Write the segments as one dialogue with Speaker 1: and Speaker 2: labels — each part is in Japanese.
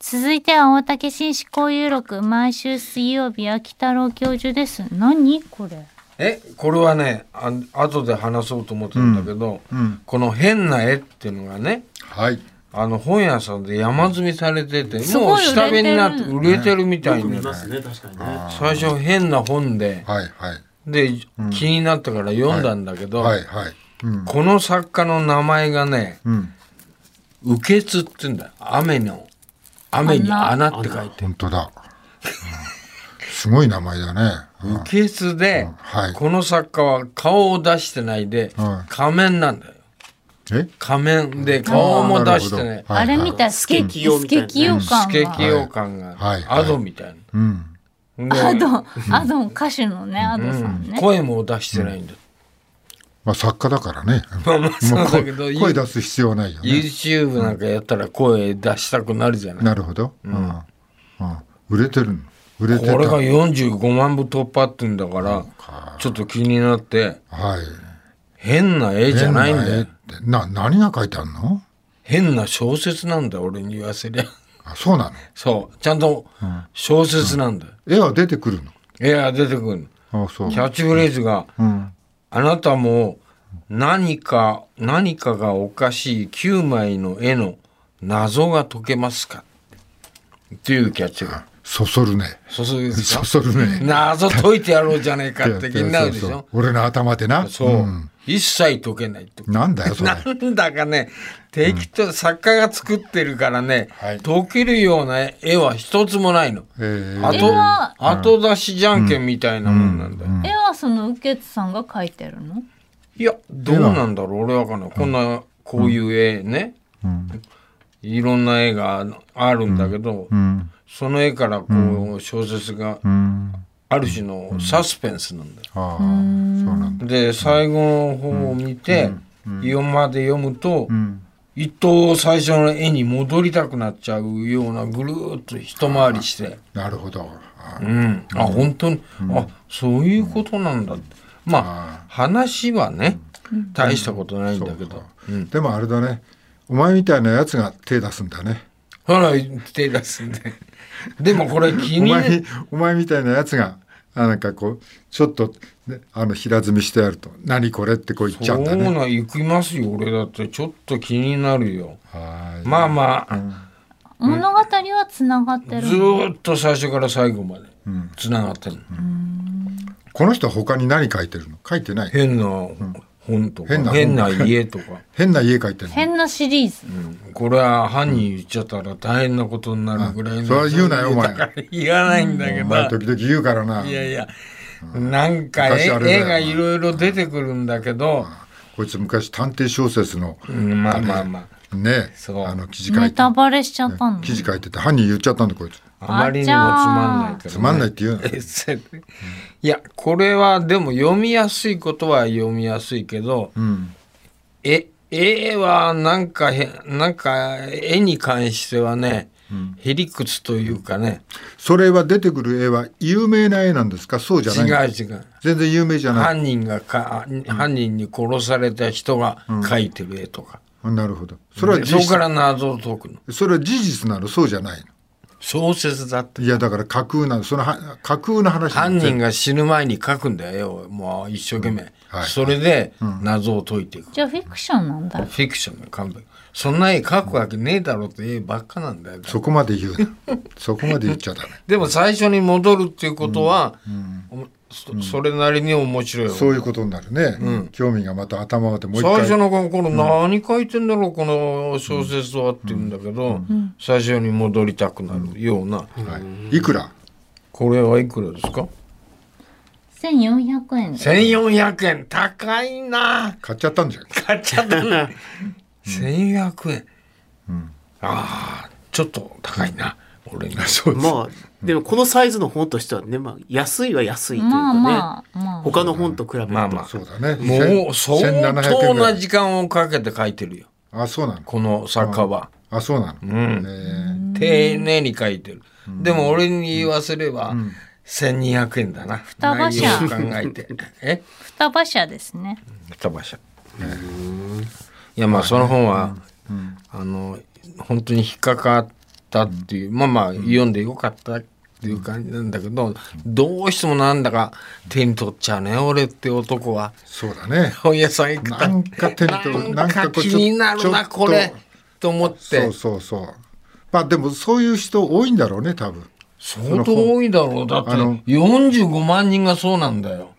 Speaker 1: 続いては大竹紳士交友録毎週水曜日は北郎教授です何これ
Speaker 2: えこれはねあ後で話そうと思ってたんだけど、この「変な絵」っていうのがね
Speaker 3: はい。
Speaker 2: あの本屋さんで山積みされてて、
Speaker 1: す
Speaker 2: もう
Speaker 1: ごい
Speaker 2: 下
Speaker 1: 売れてる
Speaker 2: 辺になって売れてるみたい
Speaker 4: よく
Speaker 2: に、
Speaker 4: 見ますね、確かにね。
Speaker 2: 最初変な本で
Speaker 3: はいはい。
Speaker 2: で、気になったから読んだんだけど、
Speaker 3: はいはい。うん。
Speaker 2: この作家の名前がね
Speaker 3: うん。
Speaker 2: 「雨血」って言うんだ雨の雨に穴って書いて
Speaker 3: 本当だ。うんすごい名前だね。うん
Speaker 2: 「雨血で」
Speaker 3: はい
Speaker 2: この作家は顔を出してないで、
Speaker 3: うん
Speaker 2: 仮面なんだよ
Speaker 3: え
Speaker 2: 仮面で顔も出してない
Speaker 3: は
Speaker 1: あ
Speaker 3: いはい
Speaker 1: れみたいスケキ
Speaker 4: ス
Speaker 1: ス
Speaker 4: ケ
Speaker 1: ケ
Speaker 4: キ
Speaker 1: キ
Speaker 4: ヨ
Speaker 1: ヨ
Speaker 2: ス
Speaker 1: 感
Speaker 2: ケ
Speaker 1: が
Speaker 2: キヨ感が
Speaker 3: はいはい
Speaker 2: アドみたい
Speaker 3: うん。
Speaker 2: な、で
Speaker 1: アドアドン歌手のねアドさんね
Speaker 2: 声も出してないんだ、
Speaker 3: まあ作家だからね。
Speaker 2: まあまあそう
Speaker 3: もう
Speaker 2: だ
Speaker 3: 声
Speaker 2: けど
Speaker 3: 声出す必要はないよね。
Speaker 2: YouTube なんかやったら声出したくなるじゃない、
Speaker 3: なるほど。うん。うん売れてるの。売れてた。
Speaker 2: これが
Speaker 3: はい。
Speaker 2: 45万部突破ってんだからちょっと気になって変な絵じゃないんだよ
Speaker 3: 変な絵ってな何が書いてあるの？
Speaker 2: 変な小説なんだ俺に言わせりゃ
Speaker 3: あ、そうなの。
Speaker 2: そうちゃんと小説なんだよ、
Speaker 3: 絵は出てくるの。
Speaker 2: いや出てくる
Speaker 3: あ、そう
Speaker 2: キ。ャッチフレーズが、
Speaker 3: うん。
Speaker 2: あなたも何か何かがおかしい9枚の絵の謎が解けますかっていうキャッチが
Speaker 3: そそるね。
Speaker 2: そうそうですか
Speaker 3: そそるね。
Speaker 2: 謎解いてやろうじゃねえかって気になるでし
Speaker 3: そうそう
Speaker 2: ょ
Speaker 3: 俺の頭でな。
Speaker 2: そう、
Speaker 3: うん
Speaker 2: 一切解けないと
Speaker 3: なんだよそれ。
Speaker 2: なんだかね適当、作家が作ってるからね、
Speaker 3: はい
Speaker 2: 解けるような絵は一つもないの
Speaker 3: えー
Speaker 2: 後
Speaker 1: 絵は
Speaker 2: 後出しじゃんけんみたいなもんなんだよ、
Speaker 1: 絵はそのウケツさんが描いてるの
Speaker 2: いやどうなんだろう俺わかんないこんなこういう絵ね、いろんな絵があるんだけど、
Speaker 3: うん
Speaker 2: その絵からこう小説が
Speaker 3: うん。
Speaker 2: ある種のサスペンスなんだよ。
Speaker 3: ああ、そうなんだ。
Speaker 2: で最後の方を見て読まで読むと一等最初の絵に戻りたくなっちゃうようなぐるーっと一回りして。
Speaker 3: なるほど。あ
Speaker 2: うん、あ本当に、あそういうことなんだってまあ話はね大したことないんだけど、うん、
Speaker 3: でもあれだね。お前みたいなやつが手出すんだね。
Speaker 2: ほら手出すんででもこれ気
Speaker 3: お
Speaker 2: に
Speaker 3: 前、お前みたいなやつが、あなんかこう、ちょっと、ね、あの、平積みしてやると、何これってこう言っちゃ
Speaker 2: そううん
Speaker 3: だね。
Speaker 2: なん行きますよ俺だってちょっと気になるよ
Speaker 3: はい。
Speaker 2: まあまあ、
Speaker 1: 物語はつながってる
Speaker 2: ずーっと最初から最後までつながってる、
Speaker 3: この人は他に何書いてるの書いてない。
Speaker 2: 変な本とか、
Speaker 3: 変な本
Speaker 2: 変な家とか、
Speaker 3: 変な家書いてるの。
Speaker 1: 変なシリーズ
Speaker 2: うんこれは犯人言っちゃったら大変なことになるぐらいの、
Speaker 3: うんそれは言うなよお前
Speaker 2: だから言わないんだけ
Speaker 3: お前
Speaker 2: ど、
Speaker 3: 時々言うからな。
Speaker 2: いやいやなんか絵
Speaker 3: 昔あれだよ
Speaker 2: 絵がいろいろ出てくるんだけど、
Speaker 3: こいつ昔探偵小説の、
Speaker 2: うんまあまあまあ
Speaker 3: ね、
Speaker 2: そう
Speaker 3: あの記事書
Speaker 1: ネ
Speaker 3: いて
Speaker 1: タ、バレしちゃったの
Speaker 3: 記事書いてて、犯人言っちゃったんだ、こいつ。
Speaker 2: あまりにもつまんないから、ね、
Speaker 3: つまんないって言うな。
Speaker 2: いやこれはでも読みやすいことは読みやすいけど、
Speaker 3: うん。
Speaker 2: え絵はなんかへなんか絵に関してはね、へりくつというかね
Speaker 3: それは出てくる絵は有名な絵なんですかそうじゃ
Speaker 2: 違う
Speaker 3: ない
Speaker 2: 違う
Speaker 3: 全然有名じゃない、
Speaker 2: 犯人がか犯人に殺された人が描いてる絵とか、
Speaker 3: なるほどそれは
Speaker 2: で
Speaker 3: 実
Speaker 2: そこから謎を解くの
Speaker 3: それは事実なのそうじゃない
Speaker 2: 小説だって
Speaker 3: のいやだから架空なのそのは架空の話
Speaker 2: 犯人
Speaker 3: が
Speaker 2: が死ぬ前に描くんだよ絵をもう一生懸命、
Speaker 3: はい
Speaker 2: それで謎を解いていく、
Speaker 1: じゃあフィクションなんだ
Speaker 2: フィクションの完璧そんな絵描くわけねえだろって絵ばっかなんだよ
Speaker 3: そこまで言うな そこまで言っちゃ ダメ
Speaker 2: でも最初に戻るっていうことは、そそれなりに面白いよ
Speaker 3: そういうことになるね、興味がまた頭までもう一
Speaker 2: 最
Speaker 3: 回
Speaker 2: 初のこの頃何書いてんだろうこの小説はって言うんだけど、最初に戻りたくなるような、
Speaker 3: はい、いくら
Speaker 2: これはいくらですか
Speaker 1: 1400円で
Speaker 2: 1400円高いな
Speaker 3: 買っちゃったんじゃん
Speaker 2: 買っちゃったな1400円、ああちょっと高いな俺にそう
Speaker 4: まあ、でもこのサイズの本としてはね、まあ、安いは安いという
Speaker 1: ま
Speaker 4: か
Speaker 1: あ
Speaker 4: ね、
Speaker 1: まあまあ
Speaker 4: 他の本と比べると。
Speaker 2: まあまあ
Speaker 3: そうだね
Speaker 2: もう
Speaker 3: 千
Speaker 2: 相
Speaker 3: 1700
Speaker 2: 当
Speaker 3: 円ぐら
Speaker 2: ない時間をかけて書いてるよ
Speaker 3: あそうなの
Speaker 2: この作家は
Speaker 3: あそうなの、
Speaker 2: ん
Speaker 3: え
Speaker 2: 丁寧に書いてる、でも俺に言わせれば、1200円だな
Speaker 1: 双葉社
Speaker 2: 内容を考えてえ
Speaker 1: 双葉社ですね
Speaker 2: 双葉社いやまあその本は、あの本当に引っかかっったっていう、まあまあ読んでよかったっていう感じなんだけど、どうしてもなんだか手に取っちゃうね俺って男は
Speaker 3: そうだね
Speaker 2: 本屋さん行くと
Speaker 3: なんか手に取る
Speaker 2: なんか
Speaker 3: こう
Speaker 2: 気
Speaker 3: ちょ
Speaker 2: になる
Speaker 3: ちょ
Speaker 2: な
Speaker 3: っと
Speaker 2: これと思って
Speaker 3: そうそうそうまあでもそういう人多いんだろうね多分
Speaker 2: 相当多いだろうだって
Speaker 3: あの
Speaker 2: 45万人がそうなんだよ、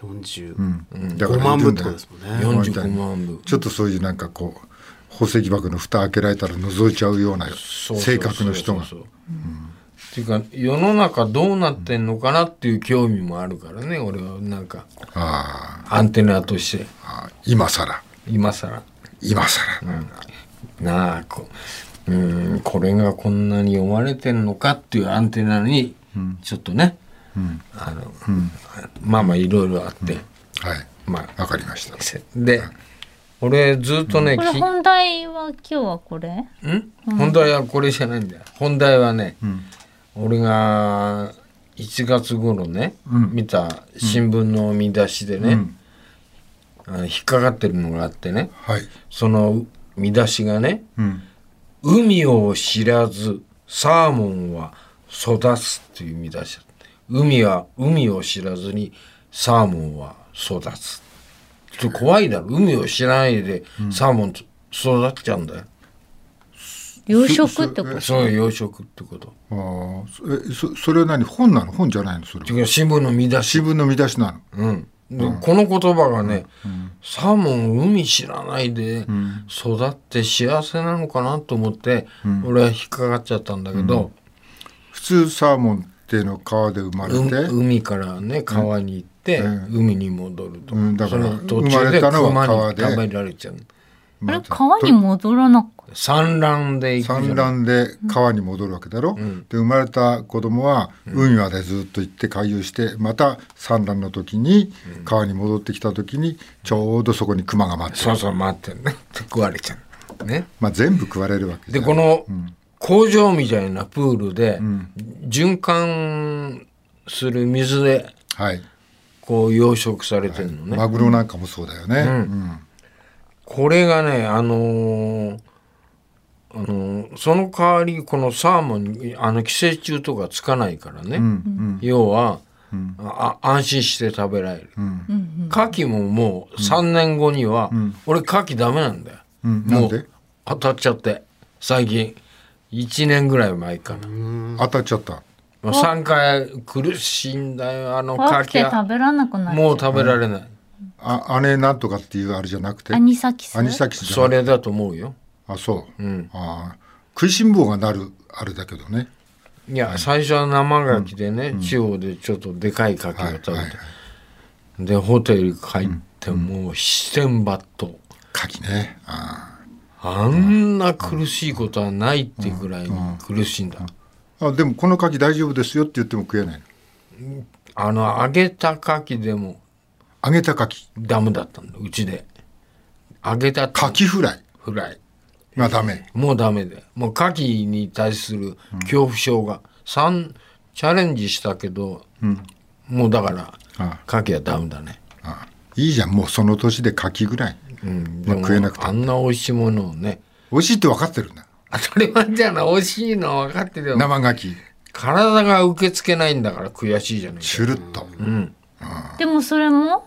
Speaker 4: 45
Speaker 3: だから
Speaker 4: 万
Speaker 3: いる
Speaker 4: 部っ
Speaker 3: ん
Speaker 4: て
Speaker 3: だ
Speaker 4: こ
Speaker 3: よ
Speaker 4: とですもんね。
Speaker 2: 45万部
Speaker 3: ちょっとそういうなんかこう宝石箱の蓋開けられたら覗いちゃうような
Speaker 2: そうそうそう
Speaker 3: 性格の人が
Speaker 2: そうそうっていうか世の中どうなってんのかなっていう興味もあるからね俺はなんか
Speaker 3: あ
Speaker 2: アンテナとして
Speaker 3: ーあー今更
Speaker 2: 今更
Speaker 3: 今更
Speaker 2: なあこうーんこれがこんなに読まれてんのかっていうアンテナにちょっとね、あのまあまあいろいろあって、
Speaker 3: はい
Speaker 2: まあ
Speaker 3: わかりました
Speaker 2: せで俺ずっとね、
Speaker 1: こ
Speaker 2: き
Speaker 1: れ本題は今日はこれ
Speaker 2: ん本題はこれじゃないんだよ本題はね、俺が1月頃ね、見た新聞の見出しでね、あの引っかかってるのがあってね
Speaker 3: はい
Speaker 2: その見出しがね
Speaker 3: うん
Speaker 2: 「海を知らずサーモンは育つ」っていう見出しだった海は海を知らずにサーモンは育つちょっと怖いだろ海を知らないでサーモンつ育っちゃうんだよ、
Speaker 1: 養殖ってこと
Speaker 2: そういう養殖ってこと
Speaker 3: あーそえそそれは何本なの本じゃないのそれ
Speaker 2: ていうか新聞の見出し、
Speaker 3: 新聞の見出しなの
Speaker 2: うんでこの言葉がね、サーモン海知らないで育って幸せなのかなと思って、俺は引っかかっちゃったんだけど、
Speaker 3: 普通サーモンっていうのは川で生まれ
Speaker 2: う
Speaker 3: て、
Speaker 2: 海からね川に行って、
Speaker 3: う
Speaker 2: 海に戻ると、
Speaker 3: うんだから
Speaker 2: その途中で
Speaker 3: 生まれたのは
Speaker 2: 熊
Speaker 3: 川
Speaker 2: に
Speaker 3: で
Speaker 2: 食べられちゃう
Speaker 1: あれ川に戻らなかっ
Speaker 2: 産卵で行くじゃ
Speaker 3: 産
Speaker 2: ない
Speaker 3: 卵で川に戻るわけだろ、で生まれた子供は海までずっと行って回遊してまた産卵の時に川に戻ってきた時にちょうどそこに熊が待って
Speaker 2: そう
Speaker 3: る、
Speaker 2: そう待ってね 食われちゃうね
Speaker 3: まあ、全部食われるわけ
Speaker 2: で
Speaker 3: ゃん
Speaker 2: この工場みたいなプールで循環する水で
Speaker 3: はい
Speaker 2: こう養殖されてるのね、
Speaker 3: マグロなんかもそうだよね、
Speaker 2: これがねあのーあのーその代わりこのサーモンにあの寄生虫とかつかないからね、要は、ああ安心して食べられる、牡蠣ももう3年後には、俺牡蠣ダメなんだよ、
Speaker 3: ん
Speaker 2: も
Speaker 3: なんで
Speaker 2: う当たっちゃって最近1年ぐらい前かな、
Speaker 3: 当たっちゃった
Speaker 2: もう3回苦しいんだよあの
Speaker 1: た怖く
Speaker 2: 牡
Speaker 1: て
Speaker 2: 蠣は
Speaker 1: 食べらなくなっちゃ
Speaker 2: も
Speaker 1: う
Speaker 2: う食べられない、
Speaker 3: あ姉なんとかっていうあれじゃなくて
Speaker 1: アニサキス
Speaker 3: アニサキスじゃ
Speaker 2: そ
Speaker 3: ない
Speaker 2: れだと思うよ
Speaker 3: あそう、あー食いしん坊がなるあれだけどね
Speaker 2: いや、最初は生牡蠣でね、地方でちょっとでかい牡蠣を食べて、
Speaker 3: はいはい
Speaker 2: でホテル帰ってもう四天抜刀
Speaker 3: 牡蠣ねあ
Speaker 2: あんな苦しいことはないってぐらいに苦しいんだ、
Speaker 3: ーあでもこの牡蠣大丈夫ですよって言っても食えないの
Speaker 2: あの揚げた牡蠣でも
Speaker 3: 揚げた牡蠣
Speaker 2: ダメだったんだうちで揚げた
Speaker 3: 牡蠣フライ
Speaker 2: フライ
Speaker 3: がダメ
Speaker 2: もうダメでもう牡蠣に対する恐怖症が三チャレンジしたけど、もうだから
Speaker 3: あ
Speaker 2: 牡蠣はダメだね、
Speaker 3: あいいじゃんもうその年で牡蠣ぐらい、
Speaker 2: うん、
Speaker 3: まあ、食えなくて
Speaker 2: あんな美味しいものをね
Speaker 3: 美味しいって分かってるんだ
Speaker 2: 当たり前じゃない美味しいのは分かってるよ
Speaker 3: 生牡蠣
Speaker 2: 体が受け付けないんだから悔しいじゃないか
Speaker 3: シュルッと、
Speaker 1: でもそれも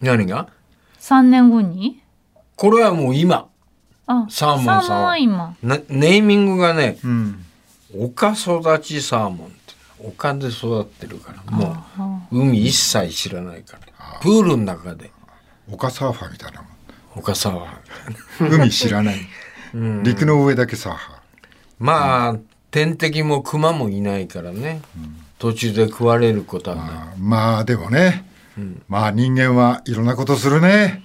Speaker 2: 何が
Speaker 1: 3年後に
Speaker 2: これはもう今
Speaker 1: あ
Speaker 2: サーモンさんは
Speaker 1: サは今
Speaker 2: なネーミングがね
Speaker 3: うん
Speaker 2: 「丘育ちサーモン」って丘で育ってるからもう海一切知らないからプールの中で
Speaker 3: 丘サーファーみたいなも
Speaker 2: 丘サーファー
Speaker 3: ん海知らない陸の上だけサーファー
Speaker 2: まあ天敵も熊もいないからね途中で食われることはない
Speaker 3: あーまあでもね、まあ人間はいろんなことするね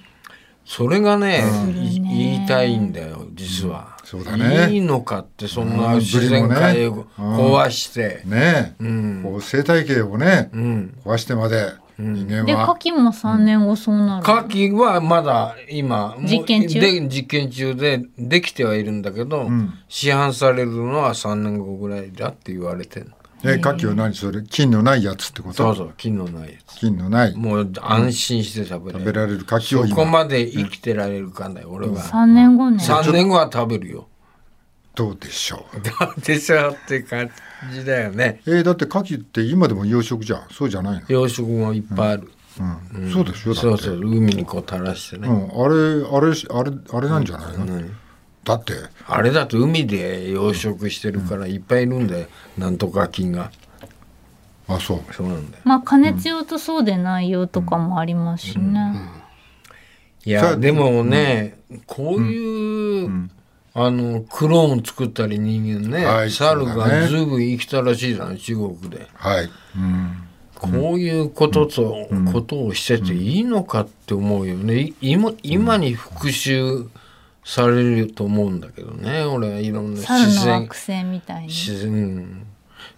Speaker 2: それがねい
Speaker 1: するね
Speaker 2: 言いたいんだよ実は、
Speaker 3: そうだね
Speaker 2: いいのかってそんな
Speaker 3: うん
Speaker 2: 自然界を
Speaker 3: ぶりも
Speaker 2: 壊して、
Speaker 3: ねえ、
Speaker 2: ん
Speaker 3: こう生態系をね、
Speaker 2: ん
Speaker 3: 壊してまで人
Speaker 1: で
Speaker 3: 間は、
Speaker 1: 牡蠣も3年後そうなる、
Speaker 2: カキはまだ今もう
Speaker 1: 実験中
Speaker 2: で実験中でできてはいるんだけど、市販されるのは3年後ぐらいだって言われてる
Speaker 3: え牡蠣は何それ菌のないやつってこと
Speaker 2: そうそう菌のないやつ
Speaker 3: 菌のない
Speaker 2: もう安心して食べられ
Speaker 3: 食
Speaker 2: る
Speaker 3: べ、られる牡蠣を
Speaker 2: そこ
Speaker 3: 今
Speaker 2: まで生きてられれるかね、俺は
Speaker 1: 3年後ね
Speaker 2: 3年後は食べるよ
Speaker 3: どうでしょう。
Speaker 2: だってさって感じだよね
Speaker 3: えー、だって牡蠣って今でも養殖じゃん。そうじゃないの。
Speaker 2: 養殖もいっぱいある、
Speaker 3: うんそうでしょ。だって
Speaker 2: そうそう海にこう垂らしてね、
Speaker 3: うん、あれ、あれ、あれ、あれなんじゃないの、だって、
Speaker 2: あれだと海で養殖してるからいっぱいいるんだよ、なんとか菌が
Speaker 3: あ、そう。
Speaker 2: そうなんだよ
Speaker 1: まあ加熱用とそうでない用とかもありますしね、
Speaker 2: い
Speaker 3: そ
Speaker 2: や
Speaker 3: う
Speaker 2: でもね、こういう、あのクローン作ったり人間ね、
Speaker 3: はい
Speaker 2: 猿
Speaker 3: そうだ
Speaker 2: が
Speaker 3: ね
Speaker 2: ずいぶん生きたらしいじゃん中国で
Speaker 3: はい。うん。
Speaker 2: こういうことと、ことをしてていいのかって思うよね。い今今に復讐されると思うんだけどね。俺はいろんな
Speaker 1: 猿
Speaker 2: 自
Speaker 1: の
Speaker 2: 然
Speaker 1: 惑、星みたいに
Speaker 2: 自然、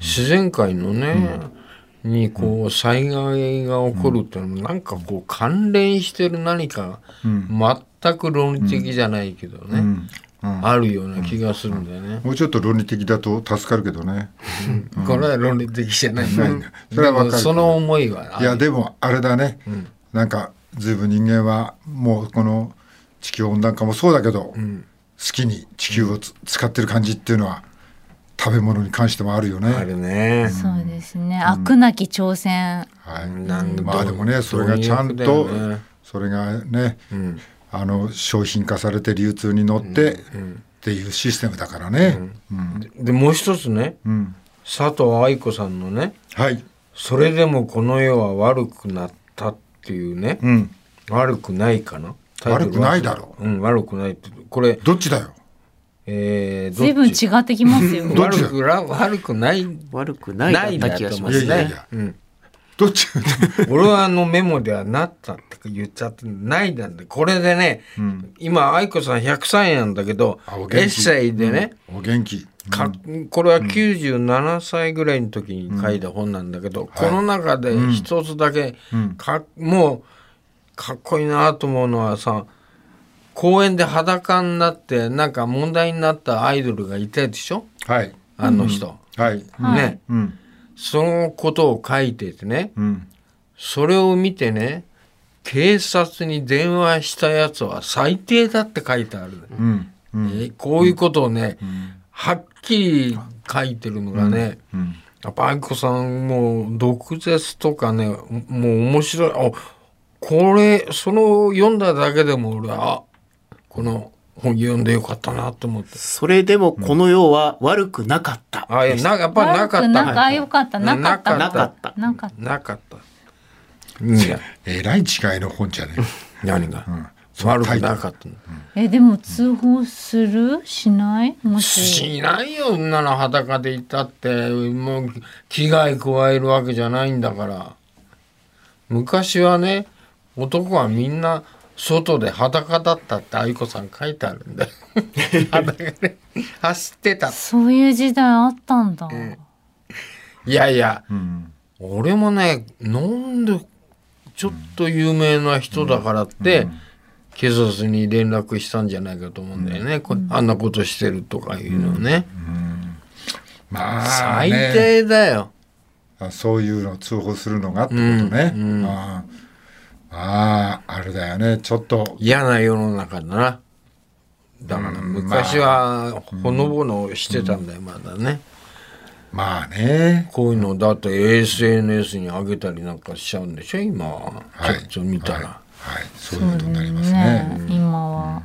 Speaker 2: 自然界のね、にこう災害が起こるっていうのもなんかこう関連してる何か、全く論理的じゃないけどね、あるような気がするんだよね。
Speaker 3: もうちょっと論理的だと助かるけどね。
Speaker 2: これは論理的じゃない。
Speaker 3: それはわか
Speaker 2: で
Speaker 3: る
Speaker 2: もその思いはあ
Speaker 3: い
Speaker 2: る
Speaker 3: や、でも、あれだね。なんか、ずいぶん人間は、もう、この地球温暖化もそうだけど、好きに地球をつ使ってる感じっていうのは、食べ物に関してもあるよね。
Speaker 2: あるね。
Speaker 1: そうですね悪なき挑戦、
Speaker 3: はい。
Speaker 2: なんで
Speaker 3: まあでもね、それがちゃん
Speaker 2: 貪
Speaker 3: と
Speaker 2: 欲だよね、
Speaker 3: それがね、あの商品化されて流通に乗ってっていうシステムだからね。うん
Speaker 2: ででもう一つね、
Speaker 3: うん
Speaker 2: 佐藤愛子さんのね
Speaker 3: はい。
Speaker 2: 「それでもこの世は悪くなった」っていうね、
Speaker 3: うん。
Speaker 2: 悪くないかなタイトル
Speaker 3: 悪くないだろ
Speaker 2: う、うん、悪くないってこれ
Speaker 3: どっちだよ。
Speaker 2: えー、
Speaker 1: 随分違ってきますよ
Speaker 3: どっち
Speaker 2: 悪くら悪くない
Speaker 4: 悪くない
Speaker 2: ない
Speaker 4: だ
Speaker 2: だ
Speaker 4: った気が
Speaker 2: と
Speaker 4: し
Speaker 2: 思
Speaker 4: ま
Speaker 2: うね
Speaker 4: す
Speaker 3: いやいや
Speaker 4: ね
Speaker 3: いや。
Speaker 2: うん、
Speaker 3: どっち。
Speaker 2: 俺はあのメモでは「なった」って言っちゃってないなんでこれでね、今愛子さん100歳なんだけど
Speaker 3: あ
Speaker 2: エ
Speaker 3: お元気
Speaker 2: ッセイでね、
Speaker 3: お元気。
Speaker 2: かこれは97歳ぐらいの時に書いた本なんだけど、この中で一つだけか、もうかっこいいなと思うのはさ公園で裸になってなんか問題になったアイドルがいたでしょ
Speaker 3: はい。
Speaker 2: あの人、
Speaker 3: はい。
Speaker 2: ね、
Speaker 3: うん。
Speaker 2: そのことを書いててね
Speaker 3: うん。
Speaker 2: それを見てね警察に電話したやつは最低だって書いてある、
Speaker 3: うん。うん。
Speaker 2: えーこういうことをね、はっきり書いてるのがね、
Speaker 3: うん。
Speaker 2: やっぱ愛子さんもう毒舌とかねもう面白いあこれその読んだだけでも俺はあこの本読んでよかったなと思って
Speaker 4: それでもこの世は悪くなかった。
Speaker 2: あいやなやっぱなかっ
Speaker 1: 悪く
Speaker 2: た
Speaker 1: なかよかったなかった
Speaker 4: なかった
Speaker 1: なかった
Speaker 2: なかったいや
Speaker 3: えらい違いの 本じゃね。
Speaker 2: 何が、悪くなかった
Speaker 1: えでも通報するしないもし
Speaker 2: しないよ女の裸でいたってもう危害加えるわけじゃないんだから昔はね男はみんな外で裸だったって愛子さん書いてあるんだよ裸で走ってた
Speaker 1: そういう時代あったんだ、
Speaker 2: いやいや
Speaker 3: うん。
Speaker 2: 俺もねなんでちょっと有名な人だからって、警察に連絡したんじゃないかと思うんだよね、こあんなことしてるとかいうのね、
Speaker 3: まあ、
Speaker 2: 最
Speaker 3: ね。
Speaker 2: 低だよ、
Speaker 3: あそういうのを通報するのがってことね、あああああれだよねちょっと
Speaker 2: 嫌な世の中だなだから昔はほのぼのしてたんだよまだね
Speaker 3: まあね
Speaker 2: こういうのだって SNS に上げたりなんかしちゃうんでしょ今は
Speaker 3: はい
Speaker 2: ちょっと見たら、
Speaker 3: はいそう
Speaker 1: そ
Speaker 3: いう
Speaker 1: うで
Speaker 3: こと
Speaker 1: す
Speaker 3: になります
Speaker 1: ね
Speaker 3: ね
Speaker 1: 今は、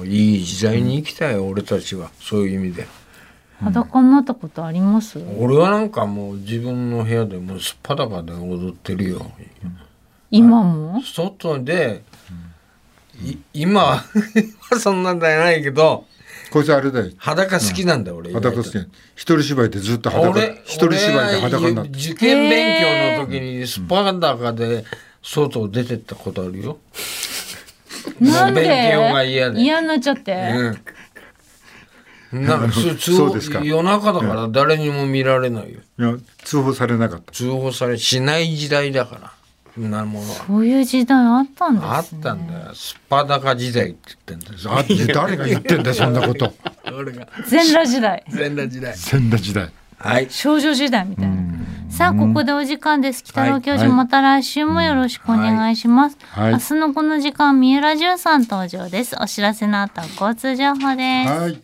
Speaker 2: うんいい時代に生きたよ俺たちはそういう意味で
Speaker 1: 裸になったことあります、
Speaker 2: 俺はなんかもう自分の部屋でもうすっぱだかで踊ってるよ
Speaker 1: 今も
Speaker 2: 外で、い今は そんなんじゃないけど
Speaker 3: こいつあれだよ
Speaker 2: 裸好きなんだよ、俺意外と
Speaker 3: 裸好きな一人芝居でずっと裸
Speaker 2: 俺
Speaker 3: 一人芝居で裸になっ
Speaker 2: 俺
Speaker 3: て
Speaker 2: 受験勉強の時にスパ裸で外出てったことあるよ、
Speaker 1: なんで
Speaker 2: 勉強が嫌で
Speaker 1: になっちゃって、
Speaker 2: うん、なんかつ通
Speaker 3: そう
Speaker 2: 報
Speaker 3: ですか
Speaker 2: 夜中だから誰にも見られないよ
Speaker 3: いや通報されなかった
Speaker 2: 通報されしない時代だからそんなものは
Speaker 1: そういう時代あったんですね
Speaker 2: あったんだよスパ裸時代って言ってんだよ
Speaker 3: あで誰が言ってんだよそんなこと
Speaker 2: 俺が
Speaker 1: 全裸時代
Speaker 2: 全裸時代
Speaker 3: 千田時代
Speaker 2: はい
Speaker 1: 少女時代みたいなさあここでお時間です北野教授、
Speaker 3: はい
Speaker 1: また来週もよろしくお願いします、
Speaker 3: はい
Speaker 1: 明日のこの時間三浦淳さん登場ですお知らせの後交通情報です
Speaker 3: はい